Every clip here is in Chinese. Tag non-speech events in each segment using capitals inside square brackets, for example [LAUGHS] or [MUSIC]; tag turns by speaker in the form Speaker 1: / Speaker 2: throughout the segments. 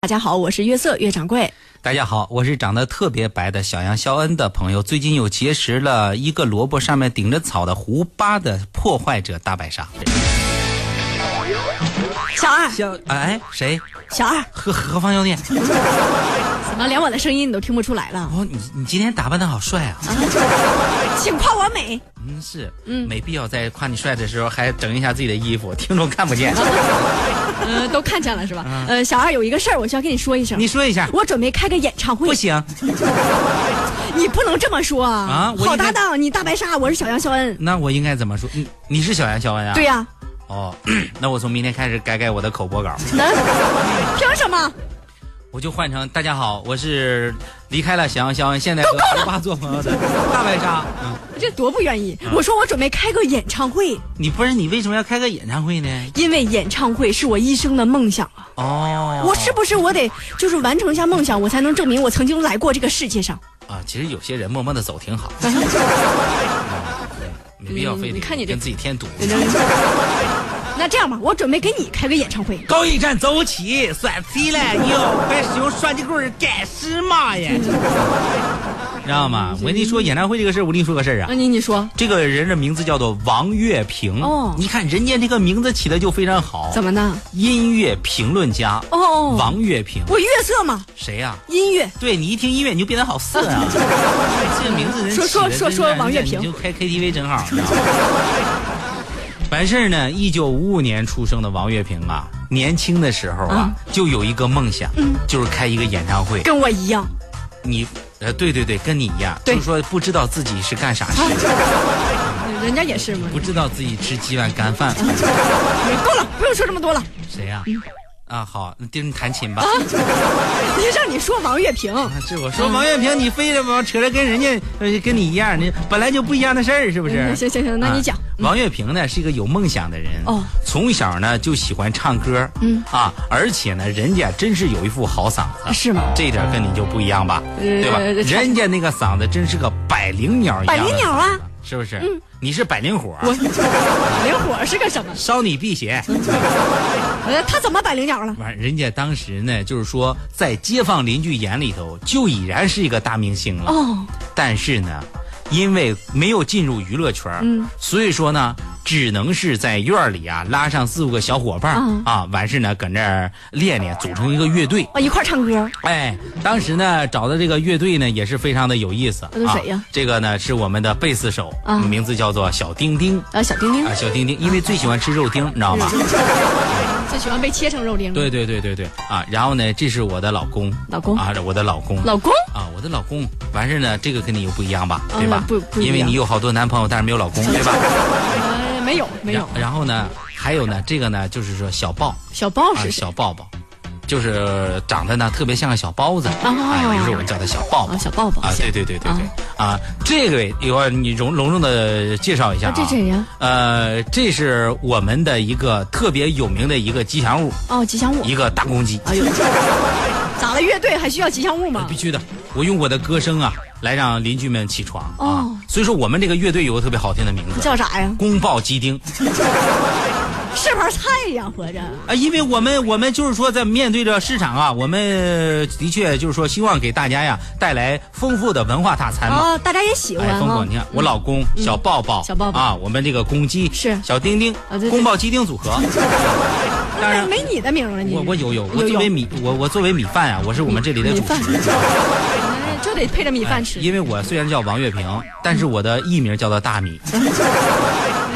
Speaker 1: 大家好，我是约瑟岳掌柜。
Speaker 2: 大家好，我是长得特别白的小羊肖恩的朋友，最近又结识了一个萝卜上面顶着草的胡巴的破坏者大白鲨。
Speaker 1: 小二，
Speaker 2: 肖哎谁？
Speaker 1: 小二，
Speaker 2: 何何方妖 [LAUGHS] 孽？
Speaker 1: 怎么连我的声音你都听不出来了？
Speaker 2: 哦，你你今天打扮的好帅啊！
Speaker 1: 请夸我美。
Speaker 2: 嗯，是，嗯，没必要在夸你帅的时候还整一下自己的衣服，听众看不 [LAUGHS] 见。
Speaker 1: 呃，都看见了是吧？呃，小二有一个事儿，我需要跟你说一声。
Speaker 2: 啊你说一下，
Speaker 1: 我准备开个演唱会，
Speaker 2: 不行，
Speaker 1: 你不能这么说
Speaker 2: 啊我
Speaker 1: 好
Speaker 2: 应
Speaker 1: 搭
Speaker 2: 该
Speaker 1: 档，你大白鲨，我是小羊肖恩。
Speaker 2: 那我应该怎么说？你你是小羊肖恩啊？
Speaker 1: 对。呀、
Speaker 2: 哦， [COUGHS] 那我从明天开始改改我的口播稿。
Speaker 1: 能、凭什么？
Speaker 2: 我就换成大家好，我是离开了小羊肖恩，现在和胡巴做朋友的大白鲨。嗯，
Speaker 1: 我这多不愿意！
Speaker 2: 啊
Speaker 1: 我说我准备开个演唱会，
Speaker 2: 你不是你为什么要开个演唱会呢？
Speaker 1: 因为演唱会是我一生的梦想啊！
Speaker 2: 哦，
Speaker 1: 我是不是我得就是完成一下梦想，我才能证明我曾经来过这个世界上？
Speaker 2: 啊，其实有些人默默的走挺好，没必要非
Speaker 1: 嗯
Speaker 2: 得
Speaker 1: 你看你这
Speaker 2: 跟自己添堵。
Speaker 1: [LAUGHS] 那这样吧，我准备给你开个演唱会。
Speaker 2: 高一站走起，算起来哟，快使用双截棍干什么呀？
Speaker 1: 嗯
Speaker 2: 知道吗？我跟你说演唱会这个事儿，我跟你说个事儿啊
Speaker 1: 那。你你说
Speaker 2: 这个人的名字叫做王月平，
Speaker 1: 哦
Speaker 2: 你看人家这个名字起的就非常好，
Speaker 1: 怎么呢？
Speaker 2: 音乐评论家
Speaker 1: 哦哦
Speaker 2: 王月平，
Speaker 1: 我月色嘛，
Speaker 2: 谁啊呀、
Speaker 1: 音乐
Speaker 2: 对你一听音乐你就变得好色
Speaker 1: [LAUGHS]
Speaker 2: 啊！这个名字人
Speaker 1: 说说
Speaker 2: 起得
Speaker 1: 说
Speaker 2: 真
Speaker 1: 说
Speaker 2: 让人
Speaker 1: 王月
Speaker 2: 家你
Speaker 1: 平
Speaker 2: 就开 KTV 正好。你知道吗完事儿呢，一九五五年出生的王月平啊，年轻的时候啊，
Speaker 1: 嗯
Speaker 2: 就有一个梦想，就是开一个演唱会。
Speaker 1: 跟我一样，
Speaker 2: 你呃，对对对，跟你一样，
Speaker 1: 对
Speaker 2: 就是说不知道自己是干啥事，
Speaker 1: 人家也是嘛。
Speaker 2: 不知道自己吃几碗干饭。
Speaker 1: 嗯够了，不用说这么多了，
Speaker 2: 谁呀、
Speaker 1: 嗯
Speaker 2: 啊？好，那丁你弹琴吧。
Speaker 1: 你让你说王月平，
Speaker 2: 啊是我说王月平，你非得往扯着跟人家呃跟你一样，你本来就不一样的事儿，是不是？
Speaker 1: 嗯行行行那你
Speaker 2: 啊
Speaker 1: 讲嗯
Speaker 2: 王月平呢是一个有梦想的人，
Speaker 1: 哦，
Speaker 2: 从小呢就喜欢唱歌，
Speaker 1: 嗯
Speaker 2: 啊，而且呢人家真是有一副好嗓子，
Speaker 1: 是吗
Speaker 2: 这一点跟你就不一样吧，
Speaker 1: 呃
Speaker 2: 对
Speaker 1: 差
Speaker 2: 吧？
Speaker 1: 不多
Speaker 2: 人家那个嗓子真是个百灵鸟一样的嗓子，
Speaker 1: 百灵鸟啊
Speaker 2: 是不是？你是百灵火，啊
Speaker 1: 我嗯灵火是个什么？
Speaker 2: 烧你辟邪。
Speaker 1: 呃，他怎么百灵鸟了？
Speaker 2: 完，人家当时呢，就是说在街坊邻居眼里头就已然是一个大明星了。
Speaker 1: 哦，
Speaker 2: 但是呢，因为没有进入娱乐圈，
Speaker 1: 嗯，
Speaker 2: 所以说呢，只能是在院儿里啊拉上四五个小伙伴儿、
Speaker 1: 嗯
Speaker 2: 啊，完事呢搁那儿练练，组成一个乐队。
Speaker 1: 啊，一块儿唱歌，
Speaker 2: 哎，当时呢找的这个乐队呢也是非常的有意思。
Speaker 1: 那是谁呀
Speaker 2: 啊？这个呢是我们的贝斯手，
Speaker 1: 啊
Speaker 2: 名字叫做小丁丁。
Speaker 1: 呃，小丁丁
Speaker 2: 啊，小丁丁，因为最喜欢吃肉丁，你知道吗？
Speaker 1: 最喜欢被切成肉丁。
Speaker 2: 对，对对对对啊！然后呢，这是我的老公，
Speaker 1: 老公
Speaker 2: 啊，我的老公，
Speaker 1: 老公，
Speaker 2: 啊，我的老公，完事儿呢，这个跟你又不一样吧，
Speaker 1: 嗯
Speaker 2: 对吧？
Speaker 1: 不不一样
Speaker 2: 因为你有好多男朋友，但是没有老公，对吧？
Speaker 1: 呃，没有 [LAUGHS] 没有，
Speaker 2: 然然后呢，还有呢，这个呢，就是说小豹
Speaker 1: 小豹
Speaker 2: 啊，
Speaker 1: 哦是谁？
Speaker 2: 小豹豹，就是长得呢特别像个小包子，
Speaker 1: 哦
Speaker 2: 哎，于是我们叫他小豹豹
Speaker 1: 啊，。小豹豹
Speaker 2: 啊，对对对对对，
Speaker 1: 哦
Speaker 2: 啊，这个一会儿你隆隆重的介绍一下
Speaker 1: 啊
Speaker 2: 啊，
Speaker 1: 这谁呀？
Speaker 2: 呃，这是我们的一个特别有名的一个吉祥物，
Speaker 1: 哦，吉祥物。
Speaker 2: 一个大公鸡。
Speaker 1: 哎呦，咋了？乐队还需要吉祥物吗
Speaker 2: 必？须的，我用我的歌声啊，来让邻居们起床啊。
Speaker 1: 哦
Speaker 2: 所以说，我们这个乐队有个特别好听的名字，
Speaker 1: 叫啥呀？
Speaker 2: 宫爆鸡丁
Speaker 1: 是盘菜呀，合着。
Speaker 2: 啊，因为我们我们就是说，在面对着市场啊，我们的确就是说，希望给大家呀带来丰富的文化大餐嘛。
Speaker 1: 哦，大家也喜欢
Speaker 2: 哎，丰
Speaker 1: 啊
Speaker 2: 富！你看，我老公小抱抱，
Speaker 1: 小抱抱
Speaker 2: 啊，我们这个公鸡
Speaker 1: 是啊
Speaker 2: 小丁丁
Speaker 1: 对对，
Speaker 2: 宫爆鸡丁
Speaker 1: [LAUGHS]
Speaker 2: 组合。当
Speaker 1: 那
Speaker 2: 然，
Speaker 1: 哎没你的名儿了，你
Speaker 2: 我我有有，我
Speaker 1: 有
Speaker 2: 作为米我我作为米饭啊，我是我们这里的
Speaker 1: 米
Speaker 2: 主
Speaker 1: 饭
Speaker 2: 持，
Speaker 1: 哎就得配着米饭吃，
Speaker 2: 因为我虽然叫王月平，但是我的艺名叫做大米。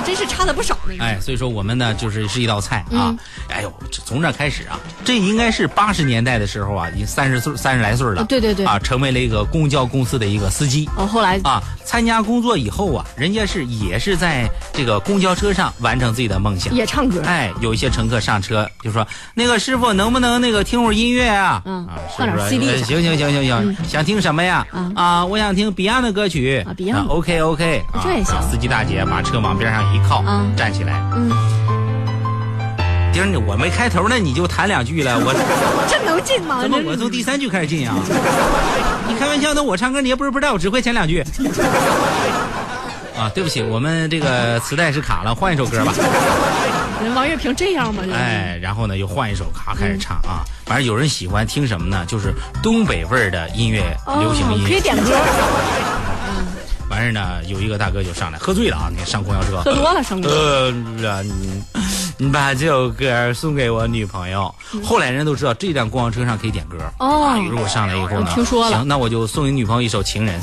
Speaker 1: 真是差的不少呢。
Speaker 2: 哎，所以说我们呢，就是是一道菜啊。
Speaker 1: 嗯
Speaker 2: 哎呦，这从这开始啊，这应该是八十年代的时候啊，已经三十岁、三十来岁了。
Speaker 1: 啊对对对
Speaker 2: 啊，成为了一个公交公司的一个司机。
Speaker 1: 哦，后来
Speaker 2: 啊，参加工作以后啊，人家是也是在这个公交车上完成自己的梦想。
Speaker 1: 也唱歌，
Speaker 2: 哎，有一些乘客上车就说：“那个师傅，能不能那个听会儿音乐啊？”
Speaker 1: 嗯
Speaker 2: 啊，师
Speaker 1: 放点
Speaker 2: 傅说
Speaker 1: CD
Speaker 2: 呃
Speaker 1: 啥
Speaker 2: 行行行行行，想听什么呀
Speaker 1: 啊？
Speaker 2: 啊，我想听 Beyond 的歌曲。
Speaker 1: 啊，Beyond 啊
Speaker 2: OK OK，
Speaker 1: 这也行
Speaker 2: 司机大姐把车往边上一靠
Speaker 1: 啊，
Speaker 2: 站起来，
Speaker 1: 嗯，
Speaker 2: 盯着我没开头呢，你就弹两句了。
Speaker 1: [LAUGHS]
Speaker 2: 我
Speaker 1: 这能进吗？
Speaker 2: 怎么
Speaker 1: 这
Speaker 2: 我从第三句开始进啊？你开玩笑呢？我唱歌你也不是不知道，我只会前两句。 [LAUGHS] 啊，对不起，我们这个磁带是卡了，换一首歌吧。
Speaker 1: 王月平这样吗？就是
Speaker 2: 哎，然后呢又换一首，咔开始唱啊。反正有人喜欢听什么呢？就是东北味儿的音乐，流行
Speaker 1: 哦
Speaker 2: 音，
Speaker 1: 可以
Speaker 2: 乐。
Speaker 1: 点歌，
Speaker 2: 完事儿呢，有一个大哥就上来喝醉了啊，你看上公交车，
Speaker 1: 喝
Speaker 2: [LAUGHS]
Speaker 1: 多了上过。
Speaker 2: 呃，你你把这首歌送给我女朋友。后来人都知道这辆公交车上可以点歌。
Speaker 1: 哦
Speaker 2: 啊于是我上来以后呢，
Speaker 1: 我听说了
Speaker 2: 行，那我就送你女朋友一首《情人》。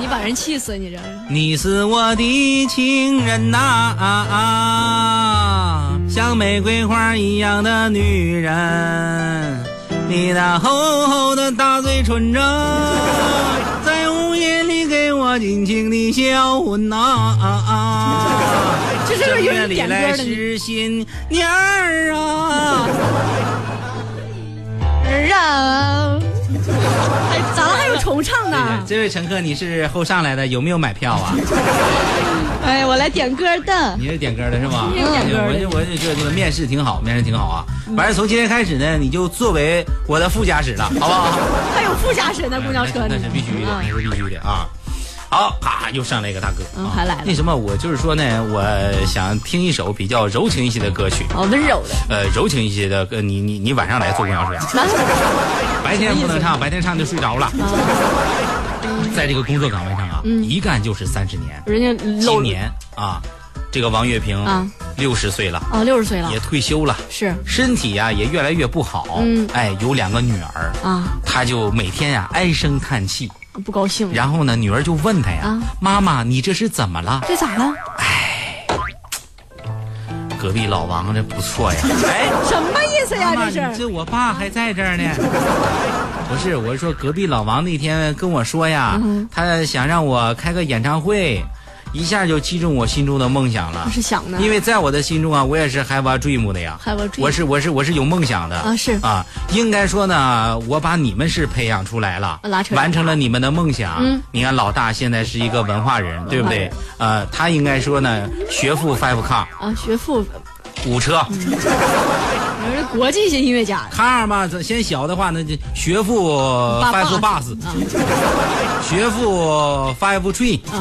Speaker 1: 你把人气死，你这是
Speaker 2: 你是我的情人呐、啊啊，像玫瑰花一样的女人，你那厚厚的大嘴唇呐、在午夜里给我尽情的销魂呐、啊啊
Speaker 1: 这这个有
Speaker 2: 月
Speaker 1: 点
Speaker 2: 里
Speaker 1: 点
Speaker 2: 来
Speaker 1: 歌的你。
Speaker 2: 是新娘
Speaker 1: [LAUGHS]
Speaker 2: 儿啊！
Speaker 1: 让，哎，咋了？还有重唱呢？
Speaker 2: 这位乘客，你是后上来的，有没有买票啊？
Speaker 1: 哎，我来点歌的。
Speaker 2: 你是点歌的是吗？哎
Speaker 1: 你是点歌的
Speaker 2: 我就我就觉得这个面试挺好，面试挺好啊。反正从今天开始呢，你就作为我的副驾驶了，好不好？
Speaker 1: 还有副驾驶呢，公交车呢
Speaker 2: 那是那是必须的，
Speaker 1: 嗯
Speaker 2: 那是必须的啊。好，啪，又上来一个大哥，
Speaker 1: 嗯
Speaker 2: 啊
Speaker 1: 还来了
Speaker 2: 那什么，我就是说呢，我想听一首比较柔情一些的歌曲，
Speaker 1: 哦，温柔的。
Speaker 2: 呃，柔情一些的，呃，你你你晚上来坐公交车。
Speaker 1: 男嗯
Speaker 2: 白天不能唱，白天唱就睡着了。
Speaker 1: 嗯
Speaker 2: 在这个工作岗位上啊，一干就是三十年。
Speaker 1: 人家
Speaker 2: 今
Speaker 1: 搂
Speaker 2: 年啊，这个王月平
Speaker 1: 啊
Speaker 2: 六十岁了，
Speaker 1: 哦，六十岁了
Speaker 2: 也，退休了，
Speaker 1: 是
Speaker 2: 身体呀、也越来越不好。
Speaker 1: 嗯
Speaker 2: 哎，有两个女儿，
Speaker 1: 啊，
Speaker 2: 他就每天呀、唉声叹气。
Speaker 1: 不高兴。
Speaker 2: 然后呢，女儿就问他呀：“
Speaker 1: 啊
Speaker 2: 妈妈，你这是怎么了
Speaker 1: 这咋了？？”
Speaker 2: 隔壁老王这不
Speaker 1: [LAUGHS]
Speaker 2: 错呀。哎，
Speaker 1: 什么意思呀？
Speaker 2: 妈，
Speaker 1: 这
Speaker 2: 你
Speaker 1: 是
Speaker 2: 这我爸还在这儿呢。 [LAUGHS] 不是，我是说隔壁老王那天跟我说呀，
Speaker 1: 嗯
Speaker 2: 他想让我开个演唱会，一下就击中我心中的梦想了
Speaker 1: 我。是想呢，
Speaker 2: 因为在我的心中啊，我也是 have a dream 的呀
Speaker 1: Have a dream
Speaker 2: 我是我是我是有梦想的
Speaker 1: 啊是
Speaker 2: 啊，应该说呢，我把你们是培养出来了，
Speaker 1: 拉扯
Speaker 2: 完成了你们的梦想。
Speaker 1: 嗯
Speaker 2: 你看老大现在是一个文化人，对不对
Speaker 1: 文？
Speaker 2: 呃，他应该说呢，学富 five car
Speaker 1: 啊，学富，
Speaker 2: 五车。
Speaker 1: 嗯人家国际型音乐家。
Speaker 2: car 嘛，这先小的话，那就学富 five bus，
Speaker 1: 啊
Speaker 2: 学富 five tree，
Speaker 1: 啊，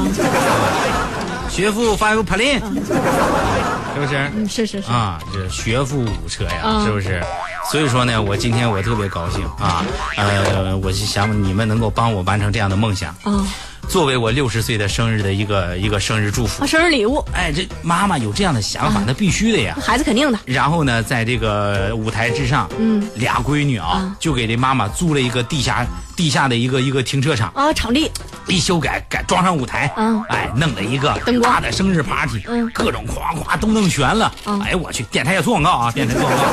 Speaker 2: 学富 five plane，是不是？
Speaker 1: 嗯是是是，
Speaker 2: 啊，这学富五车呀，
Speaker 1: 嗯
Speaker 2: 是不是？所以说呢，我今天我特别高兴啊，呃，我是想你们能够帮我完成这样的梦想，
Speaker 1: 啊
Speaker 2: 作为我六十岁的生日的一个一个生日祝福
Speaker 1: 啊，。生日礼物，
Speaker 2: 哎，这妈妈有这样的想法，那必须的呀。
Speaker 1: 孩子肯定的。
Speaker 2: 然后呢，在这个舞台之上，嗯，俩闺女啊，就给这妈妈租了一个地下地下的一个一个停车场，
Speaker 1: 啊，场地
Speaker 2: 一修改改装上舞台，
Speaker 1: 嗯
Speaker 2: 哎，弄了一个
Speaker 1: 灯光
Speaker 2: 大的生日 party，
Speaker 1: 嗯
Speaker 2: 各种夸夸都弄全了，
Speaker 1: 嗯
Speaker 2: 哎呦我去，电台也做广告啊，电台做
Speaker 1: [LAUGHS]
Speaker 2: 广告，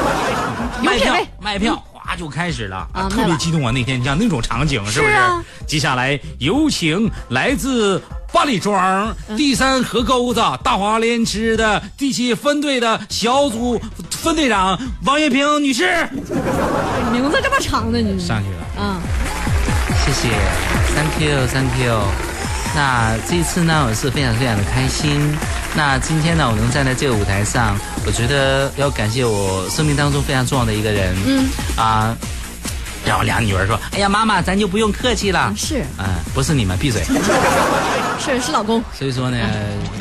Speaker 2: 卖
Speaker 1: 品
Speaker 2: 票
Speaker 1: 位嗯
Speaker 2: 卖票。哗就开始了，
Speaker 1: 啊
Speaker 2: 特
Speaker 1: 卖
Speaker 2: 别
Speaker 1: 完
Speaker 2: 激动啊！那天你像那种场景，是不是？
Speaker 1: 是啊
Speaker 2: 接下来有请来自八里庄
Speaker 1: 嗯
Speaker 2: 第三河沟子大华连池的第七分队的小组分队长王月平女士
Speaker 1: 名字这么长呢，你
Speaker 2: 上去了。
Speaker 1: 啊，
Speaker 2: 谢谢，Thank you，Thank you。那这一次呢，我是非常非常的开心。那今天呢，我能站在这个舞台上，我觉得要感谢我生命当中非常重要的一个人。嗯啊，然后俩女儿说：“哎呀，妈妈，咱就不用客气
Speaker 1: [LAUGHS]
Speaker 2: 了。”
Speaker 1: 是
Speaker 2: 嗯、不是你们，
Speaker 1: [LAUGHS]
Speaker 2: 闭嘴。
Speaker 1: 是是老公，
Speaker 2: 所以说呢，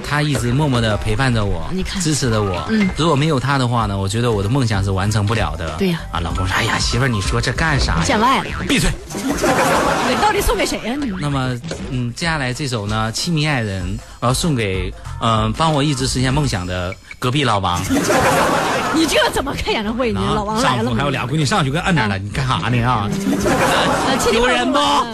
Speaker 2: 他一直默默的陪伴着我，
Speaker 1: 你看
Speaker 2: 支持着我。嗯，如果没有他的话呢，我觉得我的梦想是完成不了的。
Speaker 1: 对呀
Speaker 2: 啊，老公说：“哎呀，媳妇儿，你说这干啥
Speaker 1: 见
Speaker 2: 呀
Speaker 1: 外了，？”
Speaker 2: 闭嘴。
Speaker 1: 你到底送给谁呀？你
Speaker 2: 那么，嗯，接下来这首呢，《亲密爱人》，我要送给，嗯、帮我一直实现梦想的隔壁老王。
Speaker 1: 你这怎么开演唱会？你 [LAUGHS] 老王来
Speaker 2: 丈
Speaker 1: 了
Speaker 2: 夫
Speaker 1: 吗，
Speaker 2: 还有俩闺女上去跟摁那儿了，你干啥呢啊？
Speaker 1: 啊，亲戚
Speaker 2: 丢人不
Speaker 1: 朋友啊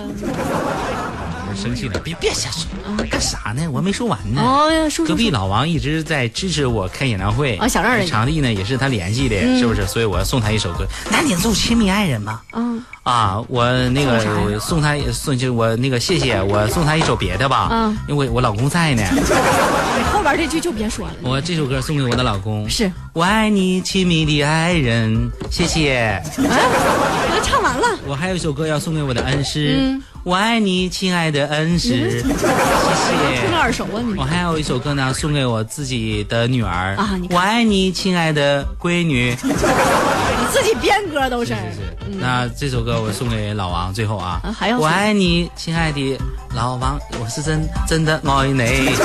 Speaker 2: 我生气了，别别瞎说，啊干啥呢？我还没说完呢。
Speaker 1: 哦呀，叔叔，
Speaker 2: 嗯隔壁
Speaker 1: 叔
Speaker 2: 老王一直在支持我开演唱会，
Speaker 1: 哦想让人
Speaker 2: 场地呢也是他联系的，是不是？所以我要送他一首歌，难点奏《亲密爱人》吗？
Speaker 1: 嗯，
Speaker 2: 啊，我那个
Speaker 1: 送啥呀
Speaker 2: 我送他送就我那个谢谢，我送他一首别的吧，
Speaker 1: 嗯
Speaker 2: 因为我老公在呢。
Speaker 1: 哎后边这句就别说了。
Speaker 2: 我这首歌送给我的老公，
Speaker 1: 是
Speaker 2: 我爱你，亲密的爱人，谢谢。
Speaker 1: 给他哎唱完了，
Speaker 2: 我还有一首歌要送给我的恩师，
Speaker 1: 嗯
Speaker 2: 我爱你，亲爱的恩师，谢
Speaker 1: 听着
Speaker 2: 谢。
Speaker 1: 耳熟啊，你
Speaker 2: 我还有一首歌呢，送给我自己的女儿，
Speaker 1: 啊你看
Speaker 2: 我爱你，亲爱的闺女。
Speaker 1: 你自己编歌都是。
Speaker 2: 是是那这首歌我送给老王，最后啊，
Speaker 1: 嗯啊还要
Speaker 2: 我
Speaker 1: 送
Speaker 2: 爱你，亲爱的老王，我是真真的爱你。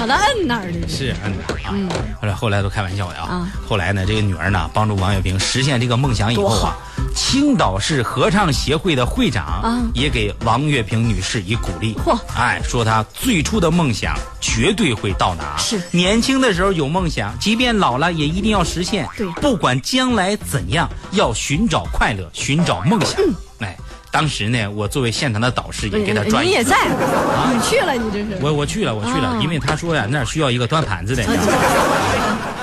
Speaker 1: 把他摁那儿了。
Speaker 2: 是，嗯，嗯，后来后来都开玩笑的啊。
Speaker 1: 啊
Speaker 2: 后来呢，这个女儿呢，帮助王月平实现这个梦想以后
Speaker 1: 多
Speaker 2: 啊
Speaker 1: 好，
Speaker 2: 青岛市合唱协会的会长
Speaker 1: 啊
Speaker 2: 也给王月平女士以鼓励。
Speaker 1: 嚯
Speaker 2: 哎，说她最初的梦想绝对会到达。
Speaker 1: 是
Speaker 2: 年轻的时候有梦想，即便老了也一定要实现。
Speaker 1: 对
Speaker 2: 不管将来怎样，要寻找快乐，寻找梦想。
Speaker 1: 嗯
Speaker 2: 哎，当时呢，我作为现场的导师也给她转啊
Speaker 1: 你
Speaker 2: 移
Speaker 1: 也
Speaker 2: 了。
Speaker 1: 在，你去了，你这是。
Speaker 2: 我我去了，我去了，
Speaker 1: 啊
Speaker 2: 因为他说呀，那儿需要一个端盘子的，你知道吗？